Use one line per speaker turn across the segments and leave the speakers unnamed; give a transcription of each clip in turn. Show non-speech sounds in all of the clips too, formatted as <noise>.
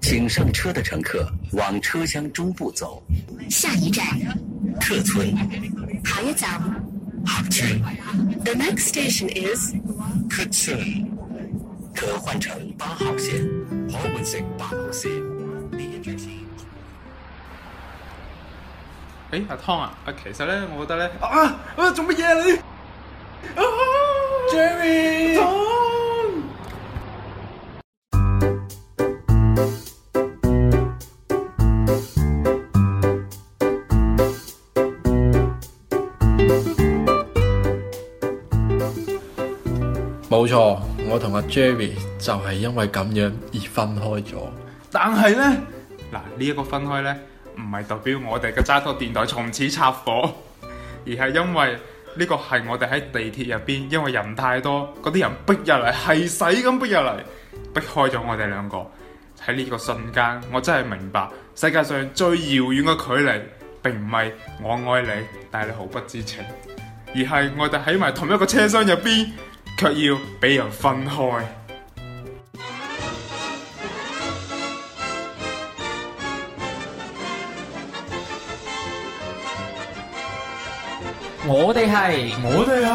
请上车的乘客往车厢中部走。
下一站，
特村、
Hayazao.
哈区、
The next station is
特村，可换乘八号线，可换乘八号线。The interchange.
誒阿湯啊，啊其實咧，我覺得咧，啊啊做乜嘢啊你？啊 Jerry，湯。
冇錯，我同阿 Jerry 就係因為咁樣而分開咗。
但係咧，嗱呢一個分開咧，唔係代表我哋嘅渣拖電台從此拆火， <laughs> 而係因為呢個係我哋喺地鐵入邊，因為人太多，嗰啲人逼入嚟，係使咁逼入嚟，逼開咗我哋兩個。喺呢個瞬間，我真係明白世界上最遙遠嘅距離，並唔係我愛你，但係你毫不知情，而係我哋喺埋同一個車廂入邊，卻要俾人分開。
我哋係，
我哋係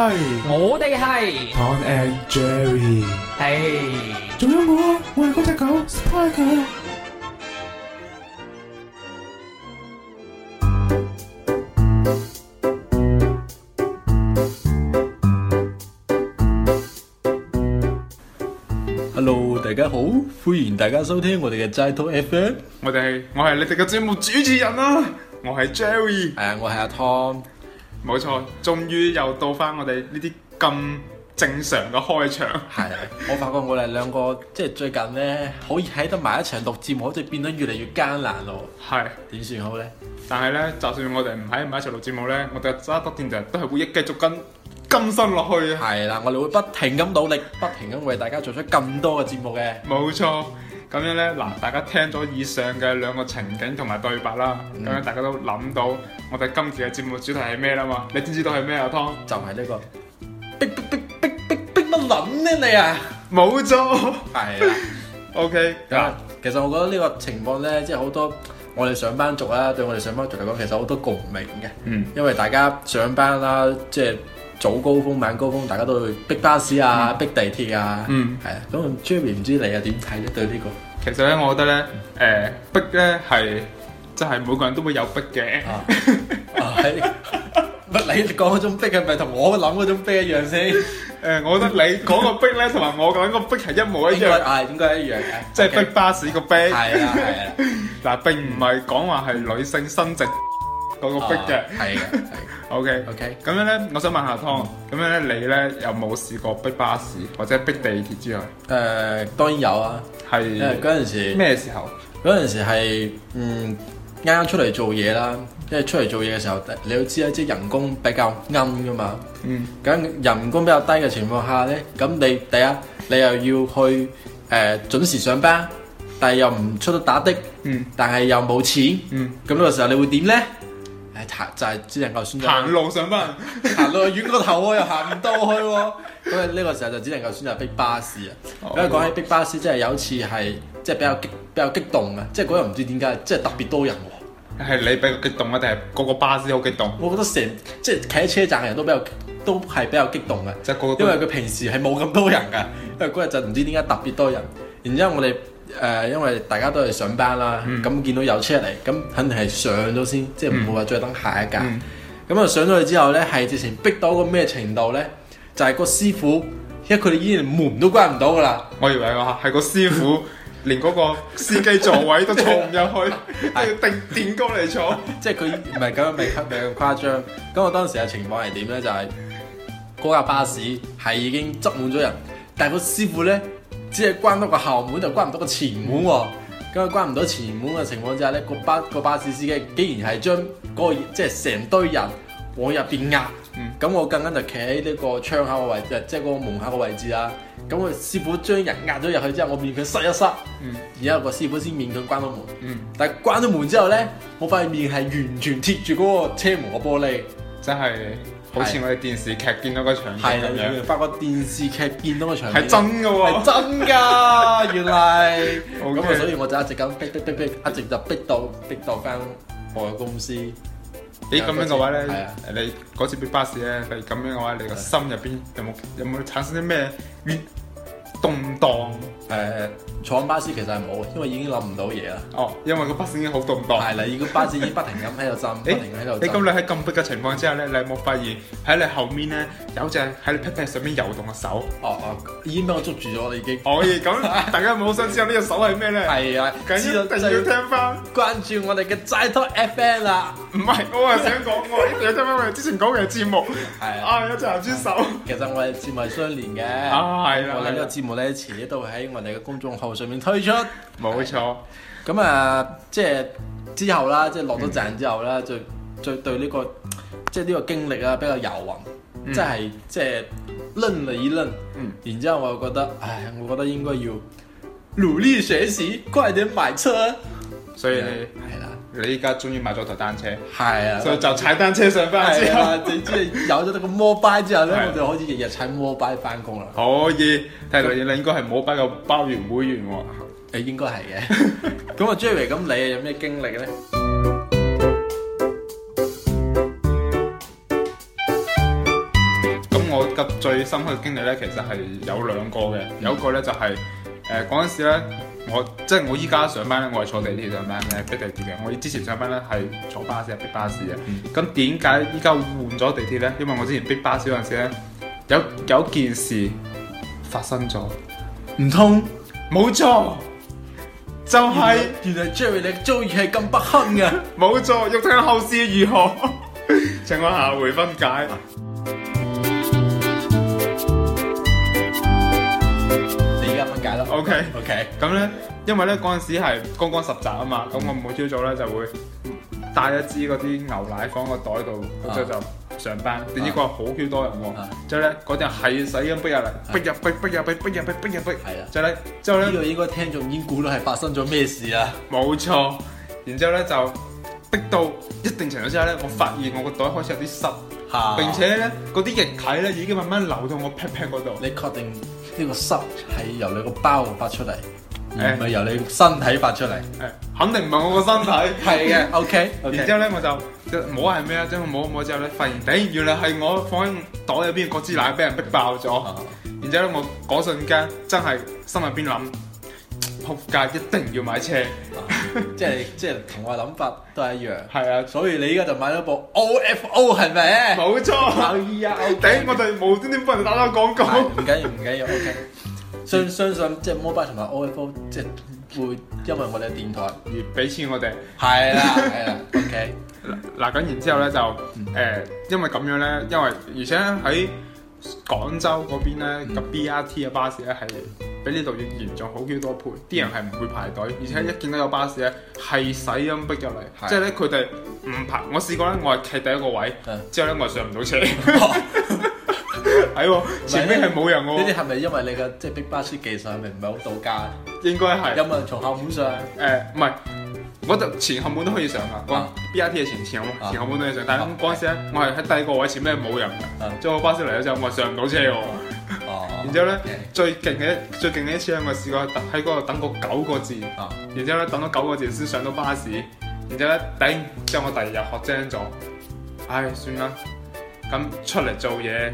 我哋係，
Tom and Jerry，
係
仲有我，我係嗰只狗 Spike。
Hello，大家好，歡迎大家收聽我哋嘅齋 talk FM。
我哋我係你哋嘅節目主持人啦、我係 Jerry，
誒、我係阿 Tom。
冇錯，終於又到翻我哋呢啲咁正常嘅開場。
係，我發覺我哋兩個即係最近咧，可以喺得埋一齊錄節目，好似變得越嚟越艱難咯。
係，
點算好咧？
但係呢，就算我哋唔喺埋一齊錄節目呢，我哋揸得電台都係會繼續跟更新落去嘅。
係啦，我哋會不停咁努力，不停咁為大家做出更多嘅節目嘅。
冇錯，咁樣呢，嗱，大家聽咗以上嘅兩個情景同埋對白啦，咁、樣大家都諗到我哋今期嘅節目主題係咩啦嘛？你知唔知道係咩啊，湯？
就係呢、個逼逼逼逼逼逼乜撚咧你啊！
冇錯
係啦。
，OK，嗱
咁，其實我覺得呢個情況呢，即係好多我哋上班族啦，對我哋上班族嚟講，其實好多共鳴嘅。
嗯，
因為大家上班啦，即係早高峰、晚高峰，大家都會逼巴士啊、逼地鐵啊。
嗯，
係啊。咁 Jerry 唔知你又點睇呢？對呢、
其實咧，我覺得咧，誒、逼咧係即係每個人都會有逼嘅， <laughs>
個啊係。 <laughs> 乜你講嗰種逼係咪同我諗嗰種逼一樣先？
誒、呃我覺得你講個逼咧，同埋 <laughs> 我講個逼係一模一
應該
樣，
係應該係一樣嘅，
即係逼
OK。
巴士個逼。
係啦係啊啦，
<laughs> 嗱，並唔係講話係女性生殖嗰個逼嘅。
啊係嘅係嘅
OK，
OK
咁樣咧，我想問下湯，咁樣咧，你咧有冇試過逼巴士或者逼地鐵之類？
誒當然有啊，因為
係
嗰陣時
咩時候？
嗰陣時係嗯啱啱出嚟做嘢啦，因為出嚟做嘢嘅時候，你都知啦，即係人工比較啱噶嘛。
嗯，
咁人工比較低嘅情況下呢，咁你第一你又要去誒、呃、準時上班，但係又唔出得打的，
嗯，
但係又冇錢，
嗯，
咁呢個時候你會點呢？誒行就係只能夠選擇
行路上班。
行到去遠個頭喎，又行唔到去喎。咁啊呢個時候就只能夠選擇逼巴士啊。
哦
因為講起逼巴士，真係有一次係即係比較激比較激動啊！即係嗰日唔知點解，即係特別多人喎。
係你比較激動啊，定係個個巴士好激動？
我覺得成即係企喺車站嘅人都比較都係比較激動嘅。
即係個個都
因為佢平時係冇咁多人㗎，因為嗰日就唔知點解特別多人。然之後我哋誒、呃因為大家都係上班啦，
嗯
咁、見到有車嚟，咁肯定係上咗先，即係唔會話再等下一架。咁
嗯
啊、上咗去之後呢，係之前逼到個咩程度呢？就係、個師傅，因為佢哋已經連門都關唔到㗎啦。
我以為話係個師
<laughs>
傅，連嗰個司機座位都坐唔入去，都要定電高嚟坐。
即係佢唔係咁樣，未未咁誇張。咁我當時嘅情況係點呢？就係、嗰架巴士係已經擠滿咗人，但係個師傅呢，只係關到個後門，就關唔到個前門喎。咁啊，關唔到前門嘅情況之下呢，個巴個巴士司機竟然係將嗰、個即係成堆人往入邊壓。
嗯
咁、我更加就企喺呢個窗口嘅位置，即係嗰個門口嘅位置啦。咁個師傅將人壓咗入去之後，我勉強塞一塞，
嗯
然後個師傅先勉強關到門。
嗯
但係關咗門之後呢，我塊面係完全貼住嗰個車門個玻璃，
真係好似我哋電視劇見到個場景
係啦，
咁
你
樣
會，發覺電視劇見到嘅場景
係真噶
係
喎。<laughs>
真㗎，原嚟
OK
咁啊，所以我就一直咁逼逼逼逼，一直就逼到逼到間我嘅公司。
咦咁樣嘅話
係
咧
啊，
你嗰次逼巴士咧，你咁樣嘅話，你個心入邊有冇有冇產生啲咩嗯動盪？
誒、坐巴士其實係冇，因為已經諗唔到嘢啦。
哦，因為個巴士已經好動盪。
係啦，已經巴士已經不停咁喺度震，不
誒
停喺度
你咁
震。
你喺咁逼嘅情況之下咧，你有冇發現喺你後面咧有隻喺你 pat pat 上面游動嘅手？
哦哦，已經俾我捉住咗啦，已經。
可以
<laughs>
咁，大家有冇好想知道呢個手係咩咧？
係啊，
緊
知
要
道
一定
就
要聽翻。
關注我哋嘅齋拖 FM 啦。
唔係，我係想講，我一定要聽翻我哋之前講嘅節目。
係啊
啊，有隻鹹豬手。
其實我哋節目係相連嘅，
啊係啦
我哋呢
係
個
啦
節目咧，遲啲都會喺我哋嘅公眾號上面推出。
冇錯，
咁啊，即係之後啦，即係落咗站之後
嗯
啦，最最對呢個即係呢個經歷啊比較遊魂，即係即係愣了一愣
嗯。
然之後我又覺得，唉，我覺得應該要努力學習，快點買車。
所以你
係啦，
你依家終於買咗台單車，
係啊。
所以就踩單車上班之
係
後， <laughs>
啊，即係有咗呢個 mobile 之後咧，
係啊
我就可以日日踩 mobile 翻工啦。
可以睇嚟你應該係冇包個包完會員喎。
誒應該係
<laughs>
嘅。咁啊，Jerry，咁你有咩經歷咧？
咁我嘅最深刻嘅經歷咧，其實係有兩個嘅，有一個咧就係誒嗰陣時咧，我即係我依家上班咧，我係坐地鐵上班嘅，逼地鐵嘅。我之前上班咧係坐巴士，逼巴士嘅。咁點解依家換咗地鐵咧？因為我之前逼巴士嗰陣時咧，有有件事發生咗，
唔通
冇錯，就係、
原來 Jerry 你遭遇係咁不堪嘅？
冇錯，欲聽後事如何？ <laughs> 請我下回分解。
你而家分解啦。
OK。
OK。
咁咧，因為咧嗰陣時係剛剛十集啊嘛，咁我每朝早咧就會帶一支嗰啲牛奶放個袋度，咁之後就上班。點知嗰日好 Q 多人
啊
喎，之後咧嗰啲人係使咁逼入嚟，逼入逼逼入逼逼入逼逼入逼，
係啊
之後咧之後
呢
咧
個應該聽眾已經估到係發生咗咩事啊啦。
冇錯，然之後咧就逼到一定程度之後咧，我發現我個袋開始有啲濕，
嚇
並且咧嗰啲液體咧已經慢慢流到我 pat pat 嗰度。
你確定呢個濕係由你個包發出嚟，而
誒
唔係由你身體發出嚟？
誒，肯定唔係我個身體。
係嘅。OK。
然之後咧，我就摸係咩啊？將佢摸一摸之後咧，發現頂，原來係我放喺袋入邊嗰支奶俾人逼爆咗。
啊
然之後咧，我嗰瞬間真係心入邊諗，撲街一定要買車。
啊即係即係同我諗法都係一樣。
<laughs> 係啊，
所以你依家就買咗部 OFO 係咪？
冇錯。
留意啊
頂，我哋無端端幫人打咗廣
係
告。
唔緊要，唔緊要，OK。相相信即係 mobile 同埋 OFO，即係會因為我哋嘅電台
越俾錢我哋。
係啦係啦，OK。
嗱咁，然之後咧就誒、
嗯
呃因為咁樣咧，因為而且喺廣州嗰邊咧
嗯
個 BRT 嘅巴士咧係比呢度要嚴重好 Q 多倍，啲人係唔會排隊，而且一見到有巴士咧係使咁逼入嚟，
嗯係
即係咧佢哋唔排。我試過咧，我係企第一個位，
嗯哦
之後咧我係上唔到車， <laughs> 係喎，前面係冇人
呢啲
喎，
係咪因為你嘅即係逼巴士技術係咪唔係好到家？
應該係。
有冇人從後門上？
誒唔係，我就前後門都可以上噶，
啊
BRT 嘅前前後門
啊
前後門都可以上，但係
啊
咁嗰陣時咧，我係喺第一個位前面係冇人
啊
嘅，之後我巴士嚟咗之後，我係上唔到車喎。
哦
然之後咧
OK，
最勁嘅一最勁嘅一次咧，我試過喺喺嗰度等過九個字，
啊
然之後咧等咗九個字先上到巴士，然之後咧頂，之後我第二日學精咗，唉算啦，咁出嚟做嘢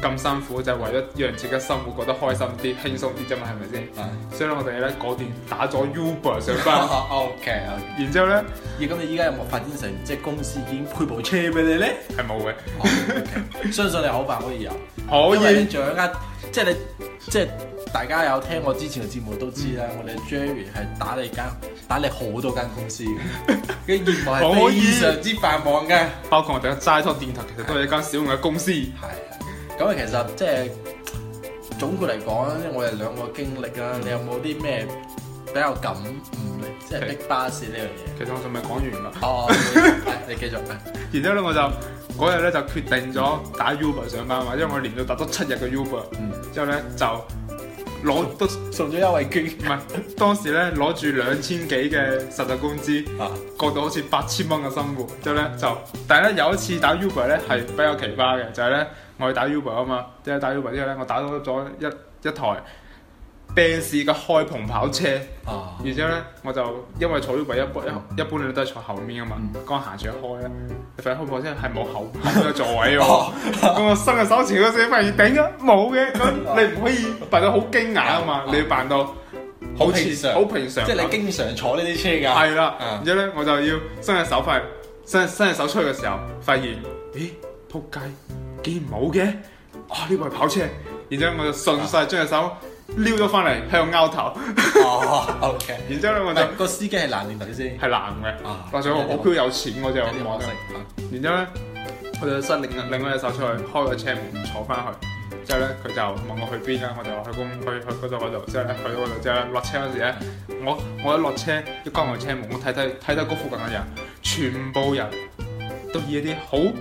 咁辛苦就係為咗讓自己生活過得開心啲、輕鬆啲啫嘛，係咪先？
啊
所以咧，我哋咧嗰段打咗 Uber 上
Vâng.
班。
<laughs> OK OK。
然之後咧
咦，咁你依家有冇發展成即係公司已經配部車俾你咧？
係冇嘅，
哦，OK 相信你好快可以有。
可
因為
以
你掌握，即係你即係大家有聽我之前嘅節目都知啦，我哋 Jerry 係打你間打你好多間公司嘅，嘅業務係
可以
非常之繁忙嘅。
包括我哋嘅齋拖電台，其實都係一間小型嘅公司。
係啊，咁啊其實即係總括嚟講咧，我哋兩個經歷啦，你有冇啲咩比較感悟咧？即係逼巴士呢樣嘢。
其實我仲未講完㗎。
哦，係你繼續啊！
然之後咧，我就嗰日咧就決定咗打 Uber 上班嘛，因為我連續打咗七日嘅 Uber，之後咧就攞都唔
送咗優惠券
係當時咧攞住兩千幾嘅實際工資，
啊！
過到好似八千蚊嘅生活，之後咧就，但係咧有一次打 Uber 咧係比較奇葩嘅，就係、咧我去打 Uber 啊嘛，之後打 Uber 之後咧我打到咗一一台 Benz 嘅開篷跑車，
啊
然之後咧我就因為坐 Uber 一般一一般你都係坐後面啊嘛，剛行住一開咧，發現開篷車係 <laughs> 冇後邊嘅座位喎，咁我伸嘅手前嗰時發現頂啊冇嘅， <laughs> 咁你唔可以扮到好驚訝啊嘛，你要扮到好似好平常咁，
即係你經常坐呢啲車㗎。
係啦，
嗯
然之後咧我就要伸隻手發現，伸伸隻手出去嘅時候，發現咦撲街竟然冇嘅，啊呢部係跑車，然之後我就順勢將隻手撩咗翻嚟喺度拗頭， <laughs>
哦，OK。 <laughs>
然之後咧我
唔
就
係個司機係男定女先？
係男嘅
啊，
或者我好 Q 有錢嗰只
有啊啲
我
可惜
覺得，然之後咧我就伸
啊
另另外一隻手出去開個車門坐翻去，之後咧佢就問我去邊啊，我就話去公去去嗰度嗰度，之後咧去到嗰度之後咧落車嗰時咧，我我一落車一關我車門，我睇睇睇睇嗰附近嘅人，全部人都以一啲好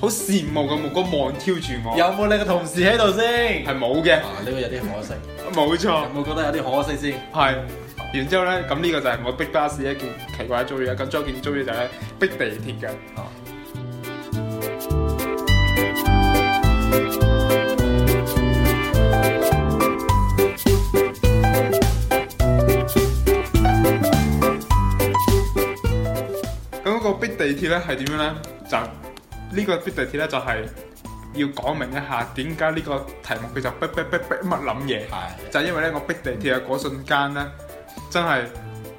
好羨慕嘅目光望挑住
啊。
我，
有冇你個同事喺度先？
係冇嘅，
啊，呢個有啲可惜。
冇錯
有。冇覺得有啲可惜先？
係，然之後咧，咁呢個就係我逼巴士一件奇怪嘅遭遇啊啦。咁仲有一件遭遇就係逼地鐵嘅。
哦
咁嗰個逼地鐵咧係點樣咧？就呢個逼地鐵咧就係要講明一下點解呢個題目佢就逼逼逼逼乜諗嘢。
係。
就係因為咧，我逼地鐵嘅啊嗰瞬間咧，真係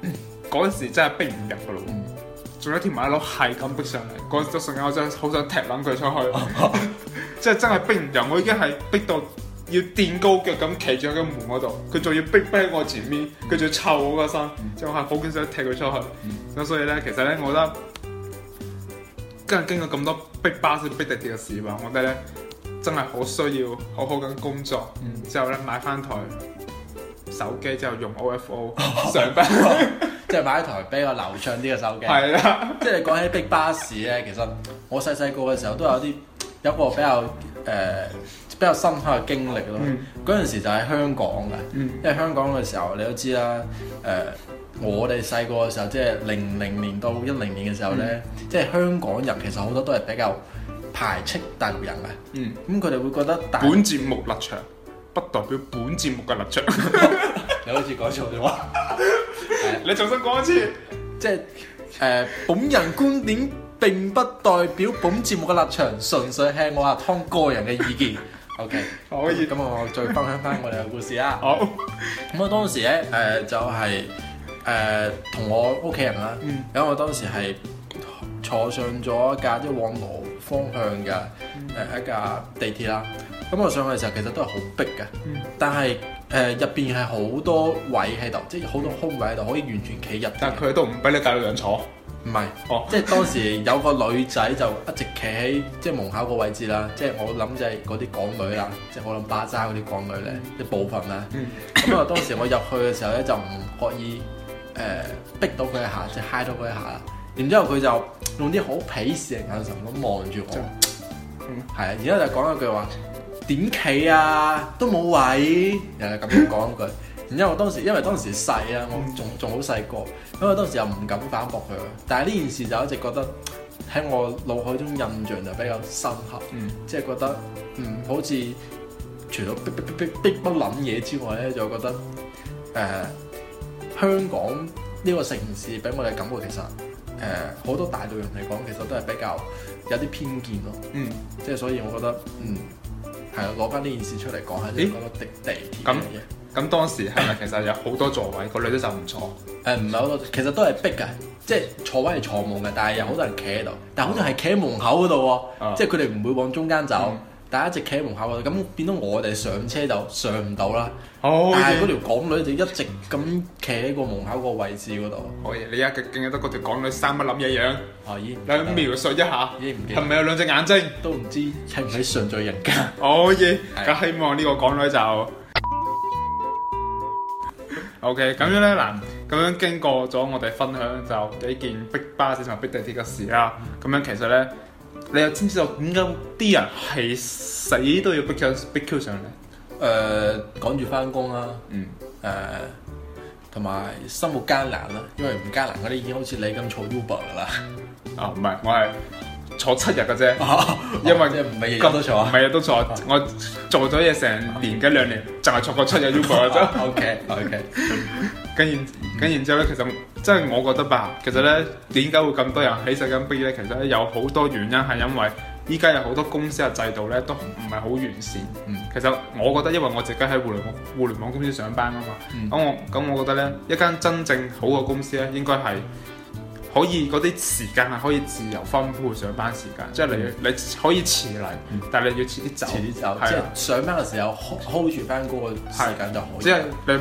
嗯嗰陣時真係逼唔入噶咯喎。仲有一條馬騮係咁逼上嚟，嗰嗰瞬間我真係好想踢撚佢出去， <laughs> 即係真係逼唔入，我已經係逼到要墊高腳咁企住喺個門嗰度，佢仲要逼逼喺我前面，佢仲要湊我個身，即係我係好想踢佢出去。咁所以咧，其實咧，我覺得跟經過咁多逼巴士、逼地鐵嘅事吧，我覺得咧真係好需要好好咁工作，之後咧買翻台手機，之後用 OFO 上班， <laughs>
即係買一台比較流暢啲嘅手機。
係啦，
即係你講起逼巴士咧，其實我細細個嘅時候都有啲有個比較誒、呃比較深刻嘅經歷咯
嗯。
嗰陣、時就喺香港嘅，
嗯
因為香港嘅時候你都知啦，誒、我哋細個嘅時候，即係零零年到一零年嘅時候咧，
嗯
即係香港人其實好多都係比較排斥大陸人嘅，
嗯。
咁佢哋會覺得大
本節目立場不代表本節目嘅立 <laughs> 場。
你好似講錯咗話，
你重新講一次。
即係誒、呃本人觀點並不代表本節目嘅立場，純粹係我阿湯個人嘅
<laughs>
意見。OK。
可以
咁我再分享翻我哋嘅故事啦。
好，
咁我當時咧誒、呃就係誒同我屋企人啦，咁、
嗯
我當時係呃坐上咗一架即係往羅方向嘅誒、
嗯
呃一架地鐵啦。咁我上去嘅時候其實都係好逼嘅，
嗯
但係誒入邊係好多位喺度，即係好多空位喺度，可以完全企入嘅。
但佢都唔俾你大陸人坐。
唔係，
哦
即係當時有個女仔就一直企喺即係門口個位置啦，即係我諗就係嗰啲港女啦，即係我諗巴渣嗰啲港女咧，即係部分啦。咁啊，當時我入去嘅時候咧，就唔覺意誒、逼到佢一下，即係嗨到佢一下啦。然之後佢就用啲好鄙視嘅眼神咁望住我，係啊，然之後就講一句話點企啊，都冇位，又係咁樣講一句。然之後我當時因為當時細啊，我仲仲好細個，咁我當時又唔敢反駁佢，啊但係呢件事就一直覺得喺我腦海中印象就比較深刻，
嗯
即係覺得嗯好似除咗逼逼逼逼逼不諗嘢之外咧，就覺得誒、呃香港呢個城市俾我哋感覺其實誒好、多大陸人嚟講其實都係比較有啲偏見咯，
嗯，
即係所以我覺得嗯係啊，攞翻呢件事出嚟講下，即係
咦
講到地地鐵
咁
呢樣嘢。
咁當時係咪其實有好多座位，個女仔就唔坐？
誒唔係好多，其實都係逼㗎，即係坐位係坐滿嘅，但係有好多人企喺度，但係好多人係企喺門口嗰度
啊
喎，即係佢哋唔會往中間走
嗯，
但係一直企喺門口嗰度，咁變到我哋上車就上唔到啦。
好
但係嗰
嘢，
條港女就一直咁企喺個門口個位置嗰度，
好嘢！你而家記唔記得嗰條港女生乜諗嘢樣？
啊咦，
你描述一下，
咦唔記得
係咪有兩隻眼睛？
都唔知係唔係上咗人間。
好嘢！
係
咁希望呢個港女就 OK，咁樣咧嗱，咁樣經過咗我哋分享就幾件逼巴士同埋逼地鐵嘅事啦。咁樣其實咧，你又知唔知道點解啲人係死都要逼 Q 逼 Q 上嚟？
誒趕住翻工啦，
嗯，
誒同埋生活艱難啦，因為唔艱難嗰啲已經好似你咁坐 Uber 噶
<laughs>
啦，
啊唔係，我係坐七日嘅啫。因
因
為
哦為即係唔係日日都坐
唔
啊。
係日都坐，我做咗嘢成年幾兩年，就係坐過七日 Uber 嘅啫。
OK
<laughs>
OK，
跟然跟然之後咧，其實即係我覺得吧，其實咧點解會咁多人喺世間逼咧？其實咧有好多原因係因為依家有好多公司嘅制度咧都唔係好完善。
嗯
其實我覺得，因為我自己喺互聯網互聯網公司上班啊
嗯
嘛，咁、我咁我覺得咧，一間真正好嘅公司咧，應該係。可以嗰啲時間係可以自由分配上班時間，即係你你可以遲嚟，但係你要遲啲走，
嗯遲啲走，即
係啊
係上班嘅時候 hold- hold 住翻嗰個時間就可以。
即係你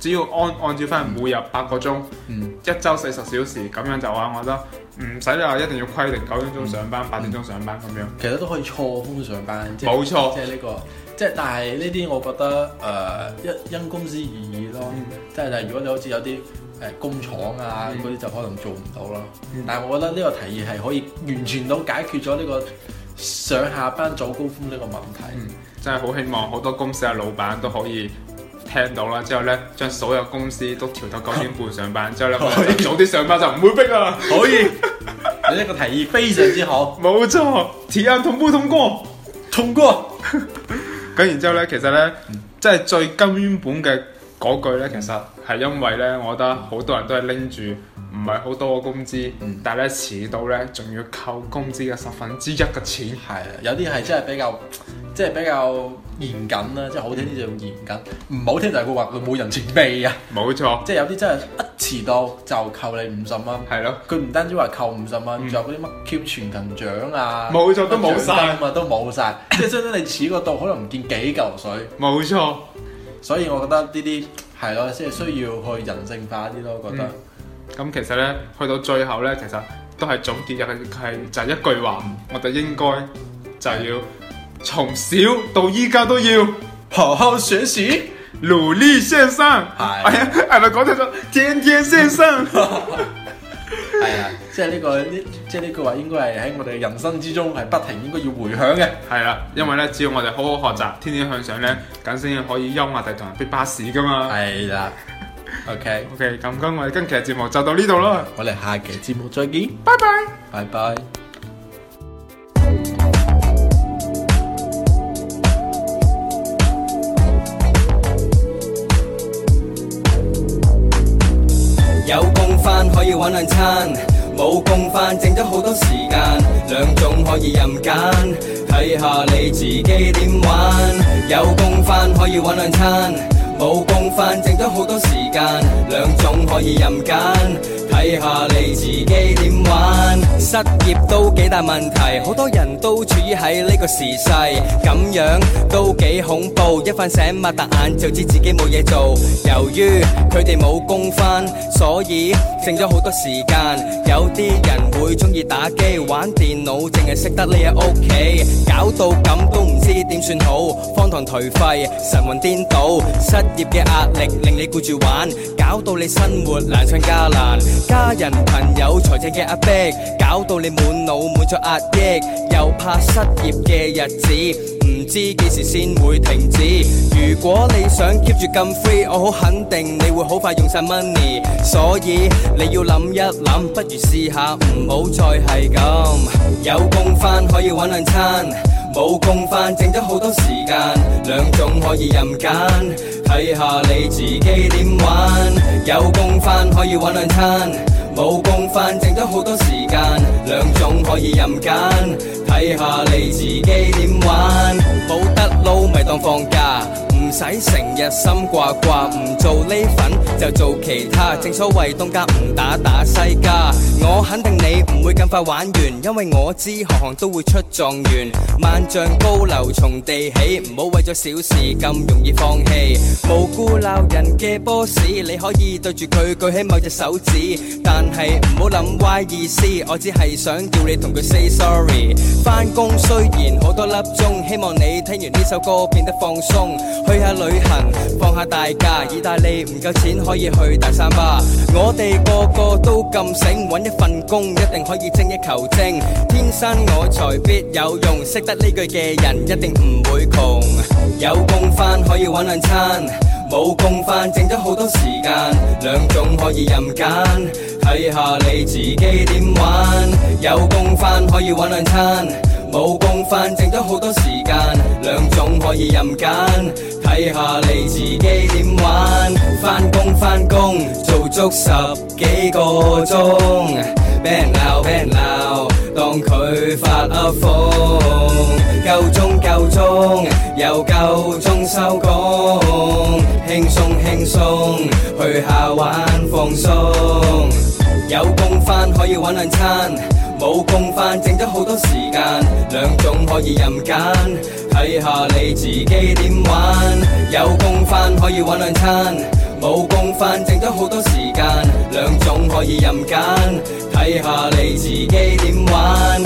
只要按按照翻每日八個鐘，
嗯
一周四十小時咁樣就話，我覺得嗯唔使你話一定要規定九點鐘上班、八點鐘上班咁樣。
其實都可以錯峰上班，即係
冇錯
即係呢個，即係但係呢啲我覺得誒、呃一因公司而異咯，即係、如果你好似有啲誒、呃工廠啊
嗯
嗰啲、就可能做唔到咯。
嗯
但係我覺得呢個提議係可以完全都解決咗呢個上下班早高峰呢個問題。
嗯，真係好希望好多公司嘅啊老闆都可以聽到啦，之後呢，將所有公司都調到九點半上班，
<laughs>
之後呢，我哋就早啲上班就唔會逼啊啦。
可以，你呢個提議非常之好，
冇錯，提案同不通過？
通過。
咁然之後咧，其實咧，即係最根本嘅嗰句咧，其實係因為咧，我覺得好多人都係拎住唔係好多嘅工資，但係咧遲到咧，仲要扣工資嘅十分之一嘅錢。
係啊，有啲係真係比較，即係比較嚴謹啦，即係好聽啲就嚴謹，唔好聽就係佢話佢冇人情味啊。
冇錯，
即係有啲真係一遲到就扣你五十蚊，
係咯，
佢唔單止話扣五十蚊，仲有嗰啲乜 Q 全勤獎啊，
冇錯都冇晒
獎金啊，都冇晒。 <laughs> 即係相當你遲個到，可能唔見幾嚿水，
冇錯。
所以我覺得呢啲係咯，即係需要去人性化啲咯，我覺得。
咁其實咧，去到最後咧，其實都係總結嘅係就係一句話，我哋應該就要從小到依家都要
好好學習，
努力向上。
係
哎呀，係咪講錯咗？天天向上。
係啊，即係呢個呢，即係呢句話應該係喺我哋人生之中係不停應該要回響嘅。
係啦，因為咧，只要我哋好好學習，天天向上咧，咁先可以優雅地同人逼巴士噶嘛。
係啦，OK，
OK，咁今日今期嘅節目就到呢度啦，
我哋下期節目再見，
拜拜。
拜拜。
有工翻可以揾兩餐，冇工翻剩咗好多時間，兩種可以任揀，睇下你自己點玩。有工翻可以揾兩餐，冇工翻剩咗好多時間，兩種可以任揀，睇下你自己點玩。失業都幾大問題，好多人都處於喺呢個時勢，咁樣都幾恐怖。一瞓醒擘大眼就知自己冇嘢做，由於佢哋冇工翻，所以剩咗好多時間。有啲人會中意打機、玩電腦，淨係識得匿喺屋企，搞到咁都唔知點算好，荒唐頹廢，神魂顛倒，失業嘅壓力令你顧住玩，搞到你生活難上加難，家人朋友財政嘅壓迫，搞到你滿腦滿咗壓抑，又怕失業嘅日子。唔知幾時先會停止。如果你想 keep 住咁 free，我好肯定你會好快用晒 money。所以你要諗一諗，不如試下唔好再係咁。有工翻可以揾兩餐，冇工翻剩咗好多時間，兩種可以任揀，睇下你自己點玩。有工翻可以揾兩餐。冇工翻，剩咗好多時間，兩種可以任揀，睇下你自己點玩。冇得撈咪當放假，唔使成日心掛掛，唔做呢份就做其他。正所謂東家唔打打西家，我肯定你唔會咁快玩完，因為我知行行都會出狀元。萬丈高樓從地起，唔好為咗小事咁容易放棄。無辜鬧人嘅 boss，你可以對住佢舉起某隻手指，但係唔好諗歪意思，我只係想叫你同佢 say sorry。翻工雖然好多粒鐘，希望你聽完呢首歌變得放鬆，去下旅行，放下大假。意大利唔夠錢可以去大三巴。我哋個個都咁醒，揾一份工一定可以精益求精。天生我材必有用，識得呢句嘅人一定唔會窮。有工翻可以揾兩餐，冇工翻剩咗好多時間，兩種可以任揀，睇下你自己點玩。有工翻可以揾兩餐。冇工返，剩咗好多時間，兩種可以任揀，睇下你自己點玩。返工返工，做足十幾個鐘，俾人鬧俾人鬧，當佢發噏風。夠鐘夠鐘，又夠鐘收工，輕鬆輕鬆，去下玩放鬆。有工返可以揾兩餐。冇工返，剩咗好多時間，兩種可以任揀，睇下你自己點玩。有工返可以揾兩餐，冇工返剩咗好多時間，兩種可以任揀，睇下你自己點玩。